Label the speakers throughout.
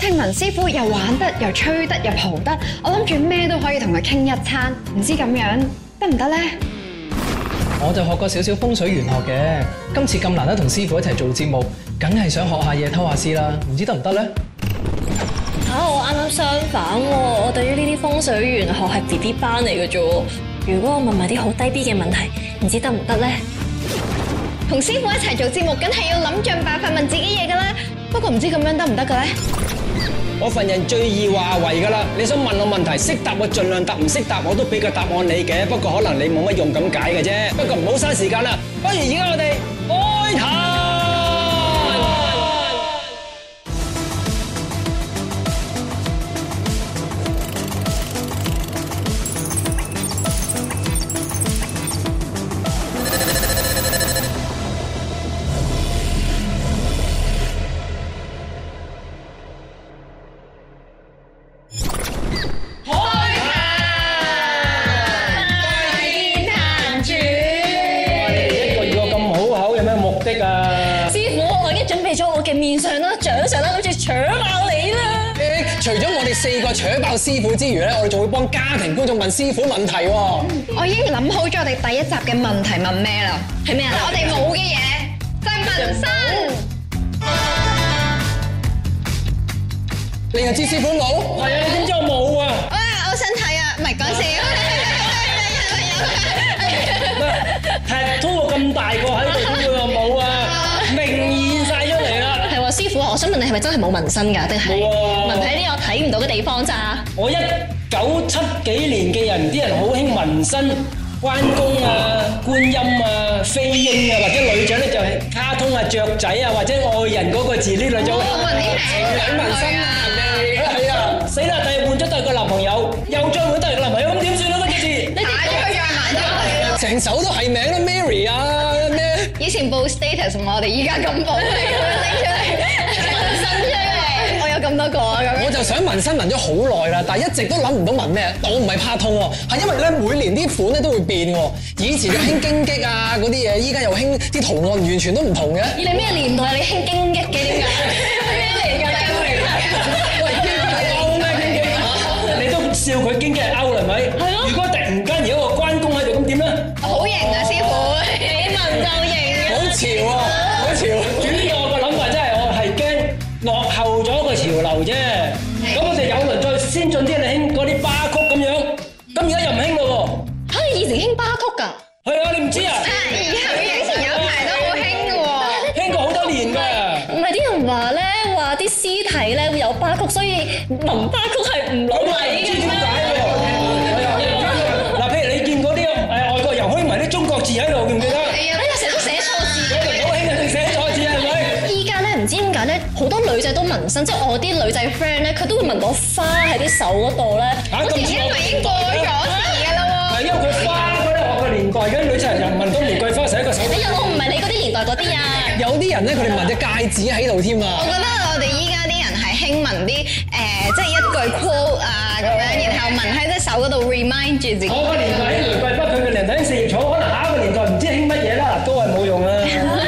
Speaker 1: 聽聞師傅又玩得又吹得又蒲得，我諗住咩都可以同佢傾一餐，唔知咁樣得唔得呢？
Speaker 2: 我就學過少少風水玄學嘅，今次咁難得同師傅一齊做節目，梗係想學下嘢偷下師啦，唔知得唔得呢？
Speaker 3: 嚇、啊我啱啱相反喎，我對於呢啲風水玄學係 B B 班嚟嘅啫喎。如果我問埋啲好低 B 嘅問題，唔知得唔得咧？
Speaker 1: 同師傅一齊做節目，梗係要諗盡辦法問自己嘢噶啦。不過唔知咁樣得唔得嘅呢？
Speaker 4: 我份人最易話為噶啦，你想問我問題，識答我盡量答，唔識答我都俾個答案你嘅，不過可能你冇乜用咁解嘅啫。不過唔好嘥時間啦，不如而家我哋開壇。一個二個咁好口有咩目的啊？
Speaker 3: 師傅，我已經準備咗我嘅面相啦、掌相啦，諗住搶爆你啦！
Speaker 4: 除咗我哋四個扯爆師傅之餘咧，我哋仲會幫家庭觀眾問師傅問題喎。
Speaker 1: 我已經諗好咗我哋第一集嘅問題問咩啦？
Speaker 3: 係咩啊
Speaker 1: 我哋冇嘅嘢就係紋身。
Speaker 4: 你又知師傅冇？係啊，你點知我冇啊？
Speaker 1: 啊！我想睇啊，唔係講笑。
Speaker 4: 踢通我咁大個喺度，點會話冇啊？明現晒出嚟啊啦！
Speaker 3: 係喎，師傅，我想問你係咪真係冇紋身㗎？定係
Speaker 4: 冇啊
Speaker 3: 紋喺呢個睇唔到嘅地方咋？
Speaker 4: 我一九七幾年嘅人，啲人好興紋身。關公啊、觀音啊、飛鷹啊，或者女仔咧就係卡通啊、雀仔啊，或者愛人嗰個字呢類就
Speaker 1: 我紋啲名
Speaker 4: 情侶紋身啊，係啊，死啦！第日換咗第二個男朋友，又再換第二個男朋友，咁點算啊？嗰件事
Speaker 1: 打咗佢再紋咗佢。
Speaker 4: 成首都係名啦，Mary 啊咩？
Speaker 1: 以前報 status，我哋依家咁報，拎出嚟紋身出嚟，我有咁多個啊咁樣。
Speaker 4: 我就想紋身紋咗好耐啦，但係一直都諗唔到紋咩。我唔係怕痛喎，係因為咧每年啲款咧都會變喎。以前就興荊棘啊嗰啲嘢，依家又興啲圖案完全都唔同嘅。
Speaker 3: 你哋咩年代你興荊棘嘅？點解？咩嚟㗎？
Speaker 4: 喂，荊棘勾咩荊棘？你都笑佢荊棘係勾啦，係咪？係
Speaker 3: 咯
Speaker 4: 如果突然間有個關公喺度，咁點咧？
Speaker 1: 好型啊，師傅，你紋就型
Speaker 4: 好潮啊！好潮！ 主要我個諗法真係我係驚落後咗個潮流啫。咁我哋有輪再先進啲，你興嗰啲巴曲咁樣，咁而家又唔興咯喎。
Speaker 3: 嚇、你以前興巴曲㗎？
Speaker 4: 係啊，你唔知啊？
Speaker 1: 以前以前有排都好興嘅喎。
Speaker 4: 聽過好多年㗎。
Speaker 3: 唔係啲人話咧，話啲屍體咧會有巴曲，所以紋巴曲係唔老
Speaker 4: 我
Speaker 3: 禮
Speaker 4: 咪唔
Speaker 3: 嘅
Speaker 4: 知點解喎。我又認真嗱，譬如你見嗰啲誒外國人虛埋啲中國字喺度，記唔記得？
Speaker 3: 係啊，你成日都寫錯字嘅。
Speaker 4: 好興啊！你寫錯字係咪？
Speaker 3: 依家咧唔知點解咧，好多女仔都紋身，即係我啲女仔 friend 咧，佢都會紋個花喺啲手嗰度咧。
Speaker 4: 嚇咁似
Speaker 1: 因
Speaker 4: 我
Speaker 1: 為已經過咗時㗎啦
Speaker 4: 係因為佢花嗰啲我個年代嘅女仔人紋到玫瑰花寫個手。
Speaker 3: 哎呀，我唔係你嗰啲年代嗰啲啊。
Speaker 4: 有啲人咧，佢哋紋隻戒指喺度添
Speaker 1: 喎，我
Speaker 4: 啊！
Speaker 1: 覺得我哋依家啲人係興紋啲誒，即係一句 quote 啊咁樣，然後紋喺隻手嗰度 remind 住自己。
Speaker 4: 我個年代興玫瑰花，佢個年代興四葉草，可能下一個年代唔知興乜嘢啦，都係冇用啦。à.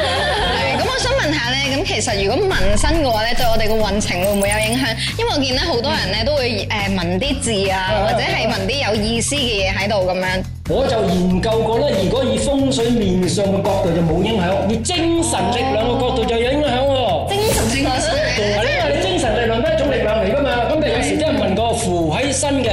Speaker 1: 係咁我想問下咧，咁其實如果紋身嘅話咧，對我哋嘅運程會唔會有影響？因為我見咧好多人咧都會誒紋啲字啊，或者係紋啲有意思嘅嘢喺度咁樣。
Speaker 4: 我就研究過啦，如果以風水面上嘅角度就冇影響，以精神力量嘅角度就有影響喎。
Speaker 3: 精神精神。
Speaker 4: 係因為你精神力量都係一種力量嚟㗎嘛，咁你有時真係問個符喺身嘅，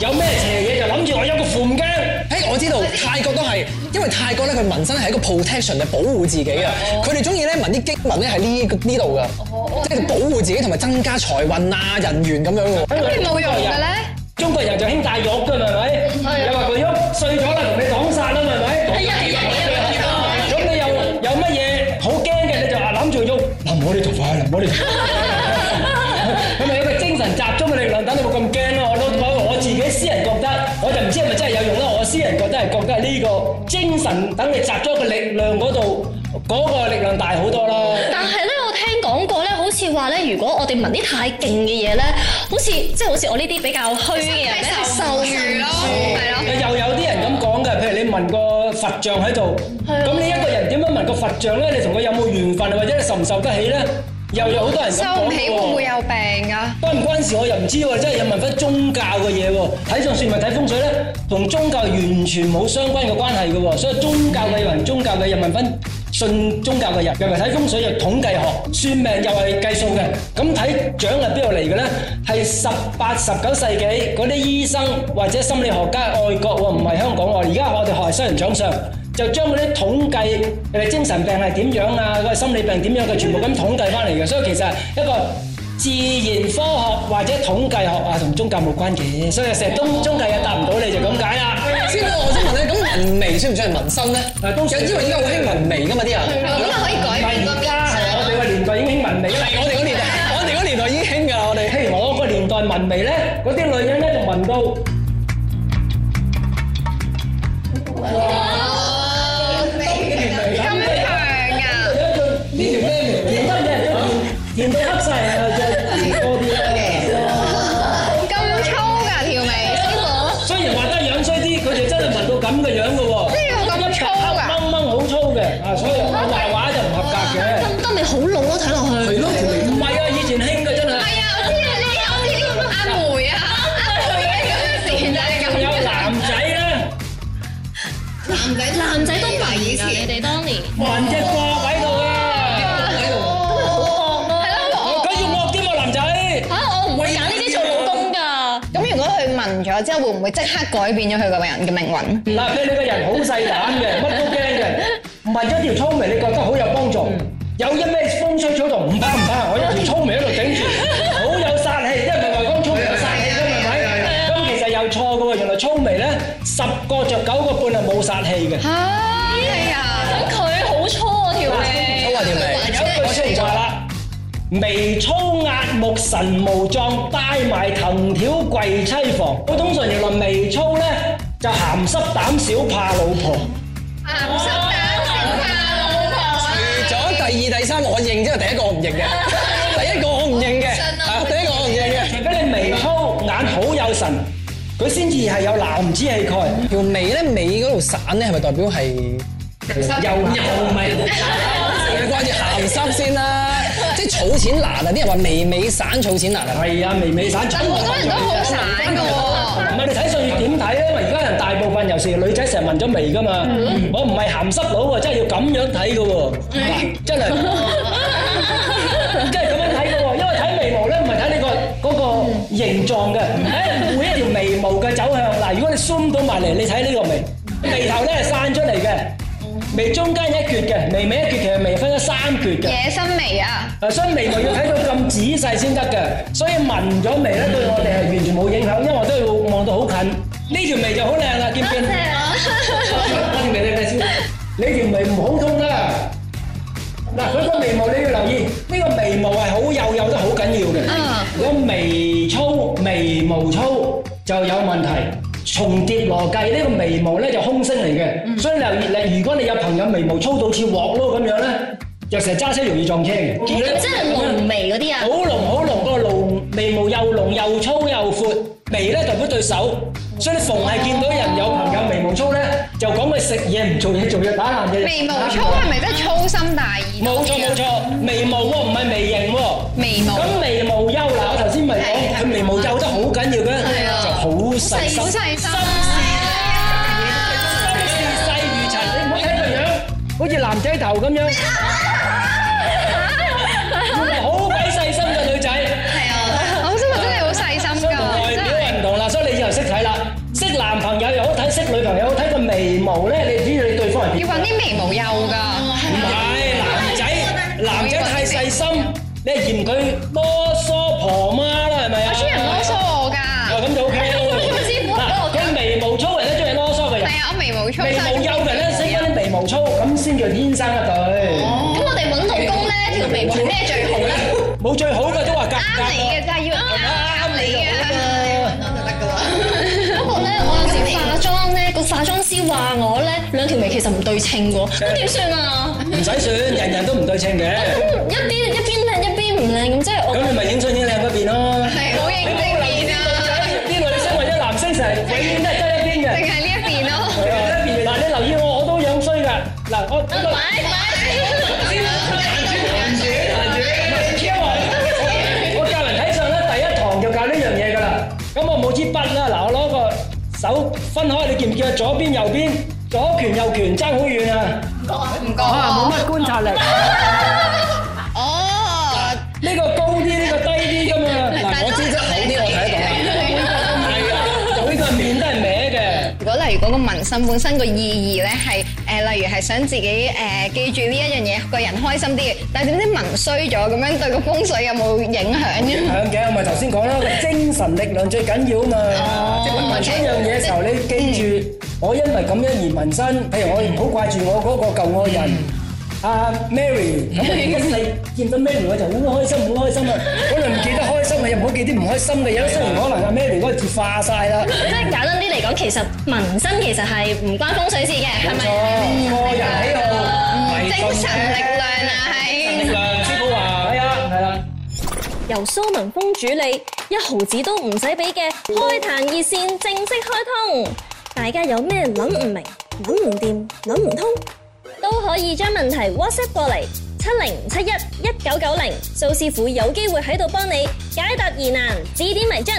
Speaker 4: 有咩邪嘢就諗住我有個符唔驚。誒，我知道泰國都係，因為泰國咧佢紋身係一個 protection 嚟保護自己嘅，
Speaker 5: 哦
Speaker 4: 佢哋中意咧紋啲經文咧係呢呢度㗎，即係保護自己同埋增加財運啊人緣咁樣喎。
Speaker 1: 咁你冇用嘅咧？
Speaker 4: 中國人就興大玉㗎嘛，係咪？你話佢喐碎咗啦，同你擋殺啦，係咪？
Speaker 3: 啊哎呀哎呀哎呀哎呀！
Speaker 4: 咁你又有乜嘢好驚嘅？你就啊諗住喐，嗱唔好你做快啦，唔好你做快啦。 咁咪因為精神集中嘅力量，等你冇咁驚咯。我都我我自己私人覺得，我就唔知係咪真係有用啦。我私人覺得係覺得係呢個精神等你集中嘅力量嗰度，嗰、個力量大好多啦。
Speaker 3: 但係咧，我聽講過咧，好似話咧，如果我哋紋啲太勁嘅嘢咧，好似即係好似我呢啲比較虛嘅人咧，係受唔
Speaker 1: 咯，
Speaker 3: 住。
Speaker 1: 係啊咯。
Speaker 4: 又有啲人咁講嘅，譬如你紋個佛像
Speaker 1: 啊
Speaker 4: 喺度，咁你一個人點樣紋個佛像咧？你同佢有冇緣分，或者你受唔受得起咧？又有好多人咁
Speaker 1: 收唔
Speaker 4: 講
Speaker 1: 起
Speaker 4: 喎
Speaker 1: 會唔會有病噶？
Speaker 4: 關唔關事我又唔知喎，真係有問翻宗教嘅嘢喎。睇上算命睇風水咧，同宗教完全冇相關嘅關係嘅喎。所以宗教嘅人，宗教嘅人問翻信宗教嘅人，又咪睇風水又統計學，算命又係計數嘅。咁睇獎係邊度嚟嘅咧？係十八、十九世紀嗰啲醫生或者心理學家，外國喎，唔係香港喎。而家我哋學係西人掌上。就將嗰啲統計誒精神病係點樣啊，嗰個心理病點樣，佢全部咁統計翻嚟嘅，所以其實係一個自然科學或者統計學啊，同宗教冇關嘅，所以成日宗宗教又答唔到你就咁解啦。
Speaker 5: 師傅，我想問咧，咁紋眉算唔算係紋身咧？
Speaker 4: 嗱都算
Speaker 5: 因為依家好興紋眉噶嘛，啲人。
Speaker 1: 咁啊可以改變個面
Speaker 4: 係我哋個年代已經興紋眉啦，
Speaker 5: 係我哋嗰年代，我哋嗰年代已經興㗎啦，我哋。
Speaker 4: 譬如我個年代紋眉咧，嗰啲女人咧就紋到。
Speaker 1: 咁強
Speaker 4: 呢條咩嚟？點得嘅？
Speaker 1: 噶？
Speaker 4: 原地黑曬啊！再多啲
Speaker 1: 咁粗噶條眉，師傅
Speaker 4: 雖然話得樣衰啲，佢哋真係聞到咁嘅樣嘅喎。
Speaker 1: 真係有咁粗㗎
Speaker 4: 黑掹掹好粗嘅，啊，所以我畫畫就唔合格嘅。
Speaker 1: 咁多眉好濃咯，睇落去。
Speaker 4: 係咯，唔係啊，以前興嘅真係。
Speaker 1: 係啊，我知啊，你好似呢個阿梅啊，阿梅嗰陣時就係
Speaker 4: 仲
Speaker 1: 咁
Speaker 4: 有男仔咧，
Speaker 1: 男仔男仔都迷以前，
Speaker 3: 哋當年
Speaker 4: 紋隻角喺度嘅，
Speaker 3: 好惡咯，
Speaker 1: 係咯我。
Speaker 4: 佢仲惡啲喎男仔。
Speaker 3: 嚇我唔會揀呢啲做老公㗎。
Speaker 1: 咁如果佢問咗之後，會唔會即刻改變咗佢個人嘅命運？
Speaker 4: 嗱，譬如你個人好細膽嘅，乜都驚嘅，紋咗條粗眉，你覺得好有幫助。有一咩風吹草動，唔怕唔怕，我一條粗眉喺度頂住，好有殺氣，因為外江粗眉有殺氣㗎嘛，係咪？咁其實又錯嘅喎，原來粗眉咧十個着九個半係冇殺氣嘅。
Speaker 1: 嚇，係啊，
Speaker 3: 咁佢好粗啊條
Speaker 5: 粗
Speaker 3: 眉，
Speaker 5: 啊條眉。
Speaker 4: 有一句説話啦，眉粗壓目神無狀，帶埋藤條跪妻房。我通常原來眉粗咧就鹹濕膽小怕老婆。
Speaker 1: 鹹濕蛋成怕老婆啊！
Speaker 5: 除咗第二、第三，我認，之後第一個我唔認 嘅，第一個我唔認嘅，係啊，第一個我唔認嘅。
Speaker 4: 除非你眉粗眼好有神，佢先至係有男子氣概。
Speaker 5: 條眉咧，尾嗰度散咧，係咪代表係？
Speaker 4: 又又咪
Speaker 5: 你掛住鹹濕先啦， 即係儲錢難啊！啲人話眉尾散儲錢難啊，
Speaker 4: 係啊，眉尾散。
Speaker 1: 但好多人都好散嘅喎，
Speaker 4: 唔係你睇上要點睇咧？因為而家人大部分尤其是女仔成日紋咗眉噶嘛，我唔係鹹濕佬喎，真係要咁樣睇嘅喎，嗱真係，真係咁樣睇嘅喎，因為睇眉毛咧唔係睇你個嗰個形狀嘅，睇每一條眉毛嘅走向。嗱，如果你 zoom 到埋嚟，你睇呢個眉，眉頭咧係散出嚟嘅，眉中間一橛嘅，眉尾一橛其實眉分咗三橛嘅。
Speaker 1: 野生眉啊！
Speaker 4: 啊，所以眉毛要睇到咁仔細先得嘅，所以紋咗眉咧對我哋係完全冇影響，因為我都要望到好近。呢條眉就好靚啊啦，見唔見？我條眉你睇先，你條眉唔好通啦。嗱，佢個眉毛你要留意，呢個眉毛係好幼幼得好緊要嘅。如果眉粗、眉毛粗就有問題。重疊邏輯呢個眉毛咧就空聲嚟嘅，所以留意，如果你有朋友眉毛粗到似鑊撈咁樣咧，就成日揸車容易撞車嘅。
Speaker 3: 佢真係濃眉嗰啲啊
Speaker 4: 好！濃好濃個濃眉毛又濃又粗又闊，眉咧代表對手，所以你逢係見到人有朋友眉毛粗咧，就講佢食嘢唔做嘢，做嘢打爛嘢。
Speaker 1: 眉毛粗係咪真係粗心大意？
Speaker 4: 冇錯冇。錯，眉毛喎唔係眉形喎。
Speaker 1: 眉毛
Speaker 4: 咁眉毛幼嗱，我頭先咪講佢眉毛幼得好緊要嘅，就好細心，
Speaker 1: 好
Speaker 4: 心
Speaker 1: 細心。
Speaker 4: 事細如塵。你唔好睇個樣，好似男仔頭咁 樣。好鬼細心嘅女仔。
Speaker 1: 係啊， 我心話真係好細心
Speaker 4: 外
Speaker 1: 㗎，真
Speaker 4: 表
Speaker 1: 係。
Speaker 4: 係唔同啦，所以你以後識睇啦。識男朋友又好睇，識女朋友又好睇個眉毛咧，你知道你對方係點
Speaker 1: 要？揾啲眉毛幼㗎，
Speaker 4: 唔係男仔，男仔太細心，你係嫌佢囉嗦婆媽啦，係咪啊？
Speaker 1: 我中意人啰嗦我
Speaker 4: 哦，
Speaker 1: 㗎。
Speaker 4: 咁就 OK 啦。
Speaker 3: 師傅
Speaker 4: 嗱，佢眉毛粗人咧中意囉嗦嘅人，
Speaker 1: 係啊，我眉毛粗。
Speaker 4: 眉毛幼嘅人咧識翻啲眉毛粗，咁先叫天生一對。
Speaker 3: 咁我哋揾老公咧條眉毛係咩最好咧？
Speaker 4: 冇最好嘅都話夾唔
Speaker 1: 啱
Speaker 4: 夾
Speaker 1: 你
Speaker 4: 㗎
Speaker 1: 嘅就係要啱
Speaker 4: 啱
Speaker 1: 你
Speaker 4: 你
Speaker 1: 嘅。
Speaker 4: 嘅。
Speaker 3: 不過咧，我有時化妝咧，個化妝師話我咧兩條眉其實唔對稱 喎，咁點算啊？
Speaker 4: 唔使算，人人都唔對稱嘅，
Speaker 3: 嗯一邊一邊靚一邊唔靚，咁即係我
Speaker 4: 咁你咪影相影靚嗰邊咯。
Speaker 1: 係好認真面啊，
Speaker 4: 啲女星或者男星成日永遠都係得一邊嘅，
Speaker 1: 淨係呢一邊咯。
Speaker 4: 係啊一邊。嗱，你留意我，我都樣衰㗎。嗱，我呢個
Speaker 3: 擺擺。
Speaker 4: 彈珠，支筆啦，嗱，我攞個手分開，你見唔見啊？左邊右邊，左拳右拳爭好遠啊！
Speaker 1: 唔覺
Speaker 4: 啊，
Speaker 1: 喎
Speaker 4: 冇乜觀察力，
Speaker 1: 哦，
Speaker 4: 呢個高啲，呢個低啲咁啊！
Speaker 1: 但
Speaker 5: 我知得好啲，我睇得到。
Speaker 4: 係啊，每個面都係歪嘅。
Speaker 1: 如果例如嗰個紋身本身個意義咧係誒，例如係想自己誒、記住呢一樣嘢，個人開心啲嘅。但係點知紋衰咗咁樣，對個風水有冇影響嘅？
Speaker 4: 響嘅，我咪頭先講啦，個精神力量最緊要啊嘛。即係你紋身一樣嘢嘅時候，你記住，我因為咁樣而紋身，譬如我唔好掛住我嗰個舊愛人。阿 À, Mary，咁你見到 Mary 我就好開心，好開心啊！可能唔記得開心嘅，又唔好記啲唔開心嘅嘢。雖然可能阿 Mary 嗰個字化晒啦，
Speaker 3: 即係簡單啲嚟講，其實紋身其實係唔關風水事嘅，係咪？
Speaker 4: 個人喜好，
Speaker 1: 精神力量啊，係。
Speaker 4: 量。師傅話係啊，係啦。
Speaker 3: 由蘇文峰主理，一毫子都唔使俾嘅開壇熱線正式開通，大家有咩諗唔明、諗唔掂、諗唔通，都可以將問題 WhatsApp 過嚟七零七一一九九零，蘇師傅有機會喺度幫你解答疑難、指點迷津。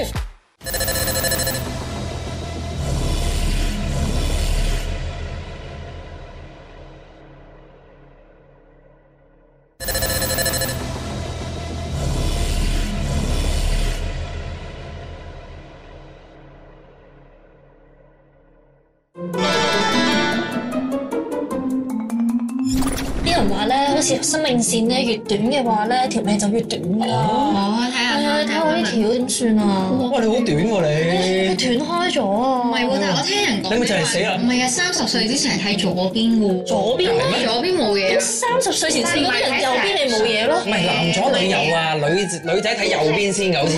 Speaker 3: 啲人話咧，好似生命線咧越短嘅話咧，條命就越短㗎啊啦。
Speaker 1: 哦，睇下睇下睇下。
Speaker 3: 條點算啊？
Speaker 2: 哇，你好短喎你，
Speaker 3: 斷開咗啊！
Speaker 6: 唔係喎，但係我聽人講，
Speaker 2: 你咪就係死啦
Speaker 6: 唔係啊，三十歲之前係左邊嘅喎，
Speaker 3: 左邊咧
Speaker 6: 左邊冇嘢啊，
Speaker 3: 三十歲前死嗰啲人右邊咪冇嘢咯
Speaker 5: 唔。係男左女右啊，女女仔睇右邊先嘅好似。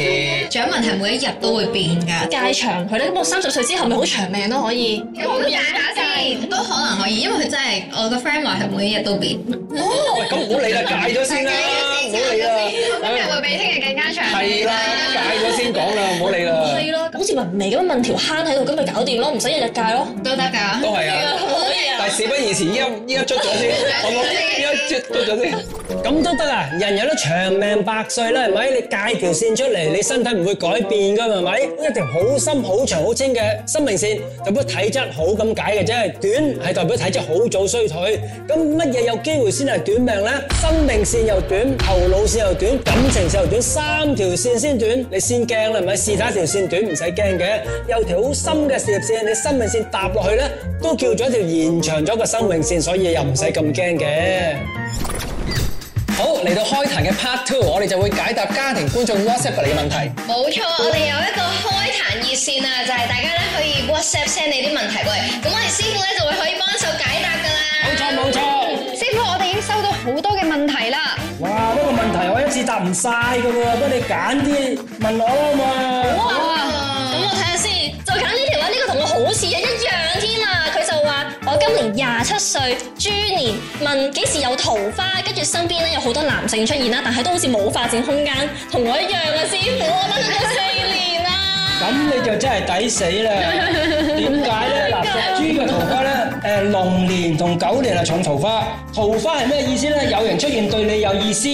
Speaker 6: 掌紋係每一日都會變㗎。
Speaker 3: 界長佢咧，咁我三十歲之後咪好長命咯，可以。
Speaker 6: 咁廿先都可能可以，因為佢真係我個 friend 話係每一日都變。
Speaker 5: 喂，咁唔好理啦，哦戒咗先啦，唔好理啦。
Speaker 1: 今日會比聽日更加長。
Speaker 5: 係啦，戒咗先講啦，唔好理啦。
Speaker 3: 係咯，好似紋眉咁問條坑喺度，咁咪搞掂咯，唔使日日戒咯。
Speaker 6: 都得㗎，
Speaker 5: 都係啊，
Speaker 3: 可以啊！
Speaker 5: 但係事不宜遲，依家依家捽咗先，好冇？依家捽捽咗先。
Speaker 4: 咁都得啊！人人都長命百歲啦，係咪？你界條線出嚟，你身體唔會改變噶嘛，係咪？一條好深、好長、好清嘅生命線，代表體質好咁解嘅啫。短係代表體質好早衰退。咁乜嘢有機會先係短命呢？生命線又短，頭腦線又短，感情線又短，三條線先短。你先驚啦，係咪？試下一條線短唔使驚嘅，有條好深嘅事業線，你生命線搭落去呢，都叫做一條延長咗個生命線，所以又唔使咁驚嘅。
Speaker 5: 好，嚟到開壇嘅 part two，我哋就會解答家庭觀眾 WhatsApp 過嚟嘅問題。
Speaker 1: 冇錯，我哋有一個開壇熱線啊，就係、大家咧可以 WhatsApp send 你啲問題過嚟，咁我哋師傅咧就會可以幫手解答噶啦。
Speaker 4: 冇錯冇錯。
Speaker 1: 師傅，我哋已經收到好多嘅問題啦。
Speaker 4: 哇！呢個問題我一次答唔晒㗎喎，不如你揀啲問我
Speaker 3: 哇，咁我睇下先，就揀呢條啦，呢個同我好似啊，一樣添啊。佢就話我今年廿七歲，豬年，問幾時有桃花，跟住身邊咧有好多男性出現啦，但係都好似冇發展空間，同我一樣啊，師傅，我等咗四年啦。
Speaker 4: 啦嘛，咁你就真係抵死啦！點解咧？嗱，屬豬嘅桃花咧，誒龍年同狗年係重桃花。桃花係咩意思咧？有人出現對你有意思，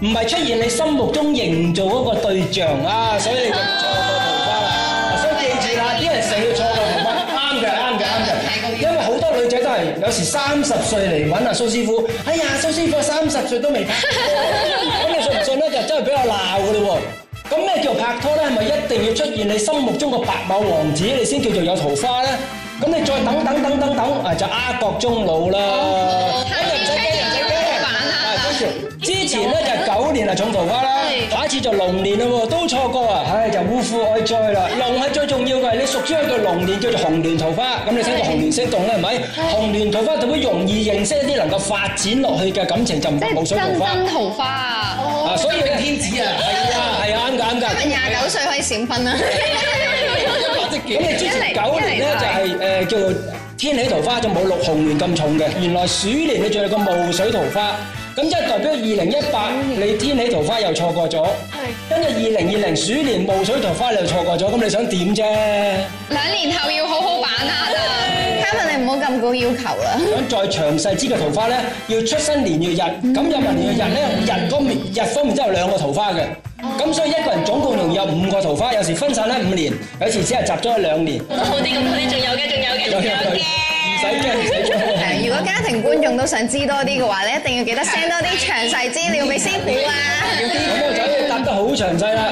Speaker 4: 唔係出現你心目中營造嗰個對象啊，所以你就錯過桃花啦。所以記住啦，啲人成日要錯過桃花，啱嘅，啱嘅，啱嘅。因為好多女仔都係有時三十歲嚟揾阿蘇師傅，哎呀，蘇師傅三十歲都未拍拖，咁你信唔信咧？就真係俾我鬧嘅嘞喎！咁咩叫拍拖咧？係咪一定要出現你心目中個白馬王子，你先叫做有桃花咧？咁你再等等等等等，啊就鴉國終老啦！咁你唔使驚，唔使驚。啊跟住之前咧就係九年啊係重桃花啦，下一次就龍年啦喎，都錯過啊！唉，就嗚呼哀哉啦。龍係最重要嘅，你屬豬嗰個龍年叫做紅鸞桃花，咁你聽過紅鸞星動啦，係咪？紅鸞桃花就會容易認識一啲能夠發展落去嘅感情，就唔係冇水桃花
Speaker 1: 桃花啊！
Speaker 4: 啊！所以咧，
Speaker 5: 天子啊！
Speaker 4: 係啊，係啊，啱㗎，啱㗎。
Speaker 1: 廿九歲可以閃婚啊 啦。
Speaker 4: 咁啊你之前九年咧就係、誒、叫做天喜桃花，就冇六紅年咁重嘅。原來鼠年你仲有個霧水桃花，咁即係代表二零一八你天喜桃花又錯過咗，跟住二零二零鼠年霧水桃花你又錯過咗，咁你想點啫？
Speaker 1: 兩年後要好好把握啊！香嘉敏，你唔好咁高要求 啦。
Speaker 4: 想再詳細知嘅桃花咧，要出生年月日。咁有埋年月日咧，日嗰面日方面都有兩個桃花嘅。咁所以一個人總共容易有五個桃花，有時分散咧五年，有時只係集中喺兩年。
Speaker 3: 咁好啲，咁好啲，仲有嘅，仲有嘅，仲有嘅。
Speaker 4: 唔使驚，唔使驚。
Speaker 1: 係如果家庭觀眾都想知多啲嘅話咧，一定要記得 send 多啲詳細資料俾師傅啊！
Speaker 4: 咁我就可以答得好詳細啦。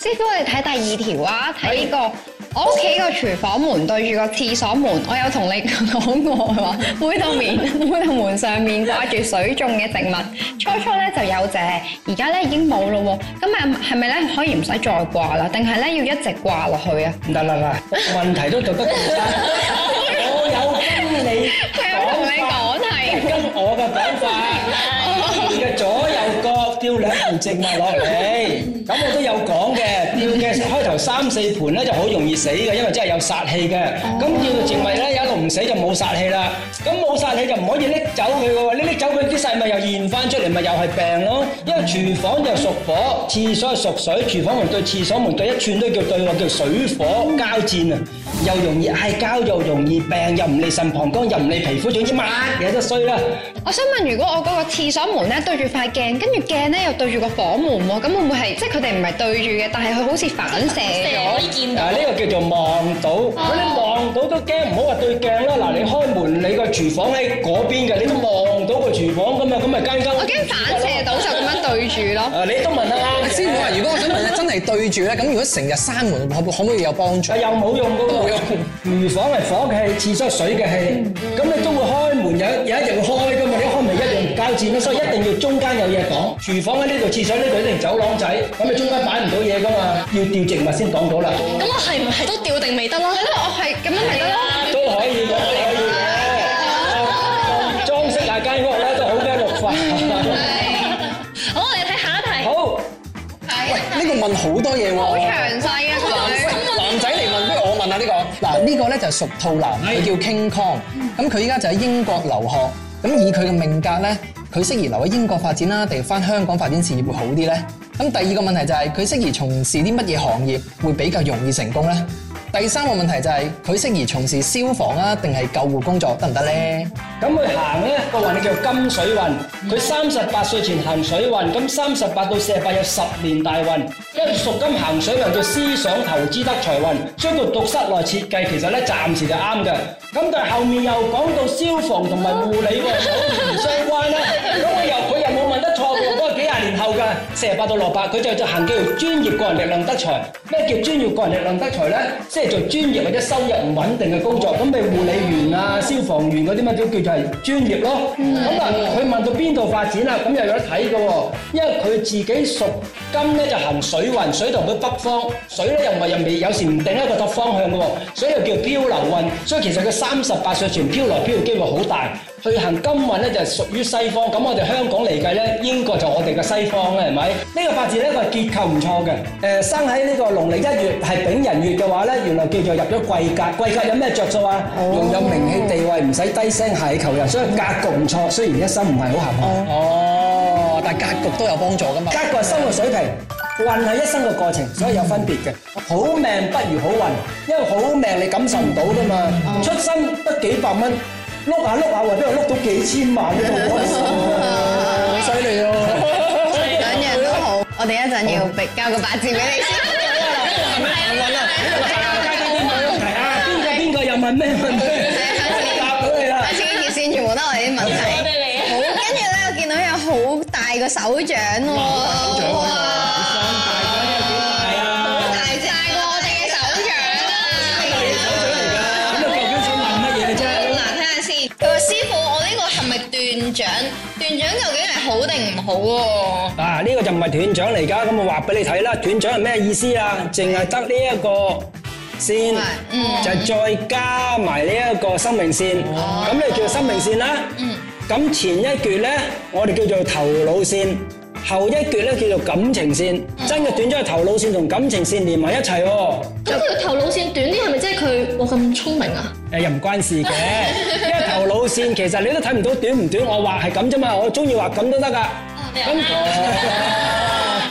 Speaker 1: 師傅，你睇第二條啊，睇呢個。我屋企個廚房門對住個廁所門，我有同你講過話，每道面 每道門上面掛住水種嘅植物，初初咧就有謝，而家咧已經冇咯喎。咁咪係咪咧可以唔使再掛啦？定係咧要一直掛落去啊？
Speaker 4: 嗱嗱嗱，問題都讀得咁差，我有跟你
Speaker 1: 係啊我同你
Speaker 4: 講法，
Speaker 1: 講係。
Speaker 4: 跟我嘅講法，嘅左右角吊兩盆植物落嚟，咁我都有講嘅，吊嘅開頭三四盆咧就好容易死嘅，因為真係有殺氣嘅，咁吊嘅植物咧一路唔死就冇殺氣啦，咁冇殺氣就唔可以拎走佢嘅喎，你拎走佢啲細物又現翻出嚟，咪又係病咯，因為廚房就屬火，廁所係屬水，廚房門對廁所門對一寸都叫對喎，叫水火交戰啊！又容易嗌交，又容易病，又唔理腎膀胱，又唔理皮膚，總之乜嘢都衰啦。
Speaker 1: 我想問，如果我嗰個廁所門咧對住塊鏡，跟住鏡咧又對住個房門喎，咁會唔會係即係佢哋唔係對住嘅，但係佢好似反射咗
Speaker 3: 可？以見到
Speaker 4: 嗱，呢個叫做望到。咁你望到都驚，唔好話對鏡啦。嗱，你開門，你個廚房喺嗰邊嘅，你都望到個廚房咁啊，咁咪間間。
Speaker 1: 我驚反射到就咁樣對住咯。
Speaker 4: 啊，你都問得啱嘅。
Speaker 5: 師傅啊，如果我想問咧，真係對住咧，咁如果成日閂門，可可唔可以有幫助
Speaker 4: 啊？又冇用嗰個
Speaker 5: 冇用
Speaker 4: 廚房係火嘅氣，廁所係水嘅氣，咁你都會開門有有一定會開噶嘛，你一開門一樣交戰咯，所以一定要中間有嘢講。廚房喺呢度，廁所呢度一定走廊仔，咁你中間擺唔到嘢噶嘛，要吊植物先講到啦，
Speaker 3: 咁我係唔係都吊定未得
Speaker 1: 我
Speaker 3: 啦
Speaker 1: 覺？得我係咁樣咪得咯。
Speaker 4: 都可以嘅，都可以嘅，裝飾下間屋咧都好嘅綠化。
Speaker 3: 好，我哋睇下一題。
Speaker 4: 好，
Speaker 5: 呢個問好多嘢喎。
Speaker 1: 好詳細啊佢。
Speaker 5: 男仔嚟問，不如我問下呢個。嗱，呢個咧就係屬兔男，佢叫 King Kong。咁佢依家就喺英國留學。咁以佢嘅命格咧，佢適宜留喺英國發展啦，定係翻香港發展事業會好啲咧？咁第二個問題就係佢適宜從事啲乜嘢行業會比較容易成功咧？第三個問題就係佢適宜從事消防啊，定係救護工作得唔得咧？
Speaker 4: 咁佢行咧個運叫金水運，佢三十八歲前行水運，咁三十八到四十八有十年大運，因為屬金行水運叫思想投資得財運，將個讀室內設計其實咧暫時就啱嘅，咁但係後面又講到消防同埋護理喎，唔相關啦，咁佢又佢又冇問得錯喎，嗰係幾廿年後㗎，四十八到六百，佢就就行叫做專業個人力量得財，咩叫專業個人力量得財咧？即係做專業或者收入唔穩定嘅工作，咁咪護理員啊、消防員嗰啲咪都叫做係專業咯。咁啊，佢問到邊度發展啦，咁又有得睇嘅喎，因為佢自己屬金咧就行水運，水同佢北方，水咧又唔係入面，有時唔定一個得方向嘅喎，所以又叫漂流運。所以其實佢三十八歲前漂來漂去機會好大。去行金運咧就係屬於西方，咁我哋香港嚟計咧，英國就我哋嘅西方啦，係咪？呢個八字咧個結構唔錯嘅，誒、生喺呢個農曆一月係丙人月嘅話咧，原來叫做入咗貴格，貴格有咩着數啊？擁有名氣地位，唔使低聲嗌求人，所以格局唔錯，雖然一生唔係好行
Speaker 5: 哦，但係格局都有幫助噶嘛。
Speaker 4: 格局係生活水平，運係一生嘅過程，所以有分別嘅。好命不如好運，因為好命你感受唔到噶嘛。出生得幾百蚊，碌下碌下，或者碌到幾千萬呢度開心。
Speaker 5: 好犀利喎！
Speaker 1: 兩樣都好。我哋一陣要俾交個八字俾你先。
Speaker 4: 係啊，邊個邊個又問咩問題？我答到你啦
Speaker 1: 開。始呢件先全部都係我哋啲問題。
Speaker 3: 俾你啊
Speaker 1: 好，跟住咧我見到有好大個手掌喎。
Speaker 4: 係
Speaker 1: 好
Speaker 4: 啊，
Speaker 1: 大隻大過我哋嘅手掌啊！
Speaker 4: 咁啊，究竟想問乜嘢啫？
Speaker 1: 嗱，睇下先。佢話師傅，我呢個係咪斷掌？斷掌究竟係好定唔好喎？
Speaker 4: 啊！呢、個就唔係斷掌嚟㗎，咁我話俾你睇啦。斷掌係咩意思啊？淨係得呢一個線，就再加埋呢一個生命線，咁你叫生命線啦。咁前一橛咧，我哋叫做頭腦線。後一橛咧叫做感情線，真嘅斷咗係頭腦線同感情線連埋一齊喎。
Speaker 3: 咁佢頭腦線短啲，係咪即係佢我咁聰明啊？
Speaker 4: 誒又唔關事嘅，因為頭腦線其實你都睇唔到短唔短，我畫係咁啫嘛，我中意畫咁都得噶。咁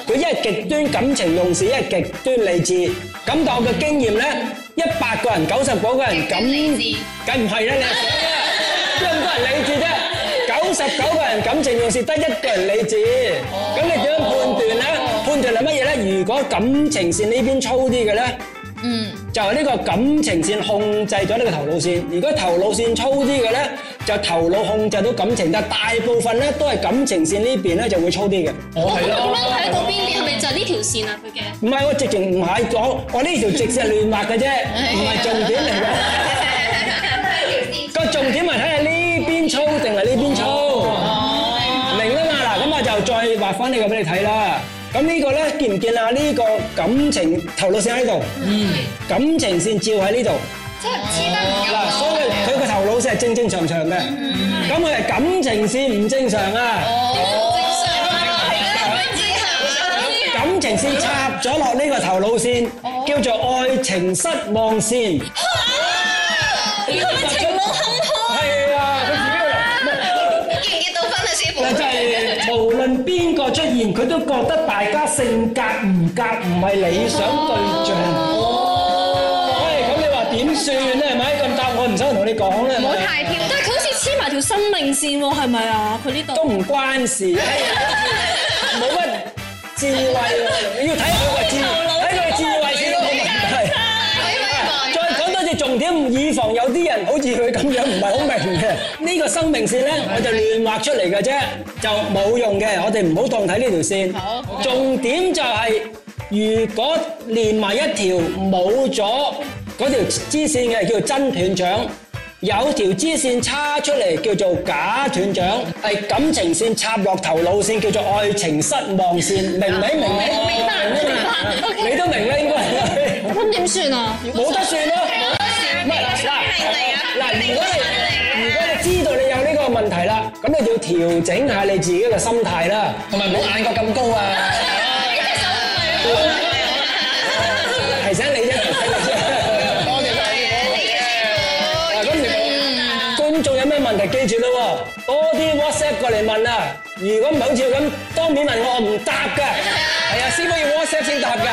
Speaker 4: 佢一係極端感情用事，一係極端理智。咁但我嘅經驗咧，一百個人九十九個人
Speaker 1: 極
Speaker 4: 感
Speaker 1: 端理智，
Speaker 4: 梗唔係啦，你係想啫，邊有咁多人理智啫？九十九個人感情用事，得一個人理智。咁你點樣判斷咧？判斷係乜嘢咧？如果感情線呢邊粗啲嘅咧？
Speaker 1: 嗯，
Speaker 4: 就係呢個感情線控制咗呢個頭腦線。如果頭腦線粗啲嘅咧，就頭腦控制到感情，但大部分咧都係感情線呢邊咧就會粗啲嘅。
Speaker 7: 我係
Speaker 3: 咁
Speaker 7: 咯，
Speaker 3: 樣睇到邊邊係咪就係呢條線啊？佢嘅
Speaker 4: 唔係我直情唔係我我呢條直線係亂畫嘅啫，唔係重點嚟嘅。個重點係睇下呢邊粗定係呢邊粗，明啦嘛嗱，咁我就再畫翻呢個俾你睇啦。咁呢個咧見唔見啊？呢個感情頭腦線喺度，感情線照喺呢度。
Speaker 8: 即係黐得唔
Speaker 4: 嗱，所以佢個頭腦先係正正常常嘅，咁佢係感情線唔正常啊，
Speaker 3: 啊
Speaker 4: 感情線插咗落呢個頭腦線，叫做愛情失望線。
Speaker 9: 咪
Speaker 3: 啊
Speaker 9: 情路坎坷？
Speaker 4: 係啊，佢自
Speaker 1: 結唔結到婚啊，師傅？
Speaker 4: 己就係無論邊個出現，佢都覺得大家性格唔夾，唔係理想對象。喂，咁你話點算咧？係咪咁答案唔使我同你講啦，係
Speaker 8: 唔好
Speaker 4: 咪
Speaker 8: 太挑剔
Speaker 3: 但係佢好似黐埋條生命線喎，係咪啊？佢呢
Speaker 4: 都
Speaker 3: 度
Speaker 4: 唔關事，哎冇乜智慧啊，你要睇下佢個智，睇佢智慧先咯。係再講多次重點，以防有啲人好似佢咁樣唔係好明嘅。呢個生命線咧，我就亂畫出嚟嘅啫，就冇用嘅。我哋唔好當睇呢條線。好，重點就係如果連埋一條冇咗嗰條支線嘅叫真斷掌。有條支線叉出嚟叫做假斷掌，係感情線插落頭腦線叫做愛情失望線，明唔明？明唔明？明白，你都明啦，應該。
Speaker 3: 咁點算啊？
Speaker 4: 冇得算咯，冇得算。唔係嗱嗱，如果你如果你知道你有呢個問題啦，咁你就要調整下你自己嘅心態啦。
Speaker 5: 同埋唔好眼角咁高啊！
Speaker 4: 提醒你啫，提醒你啫。
Speaker 5: 我哋
Speaker 4: 嗱，咁觀眾有咩問題記住咯喎，多啲 à? WhatsApp 過嚟問啊。à, 如果唔係好似咁當面問我，我唔答㗎。係啊，師傅要 WhatsApp 先答㗎。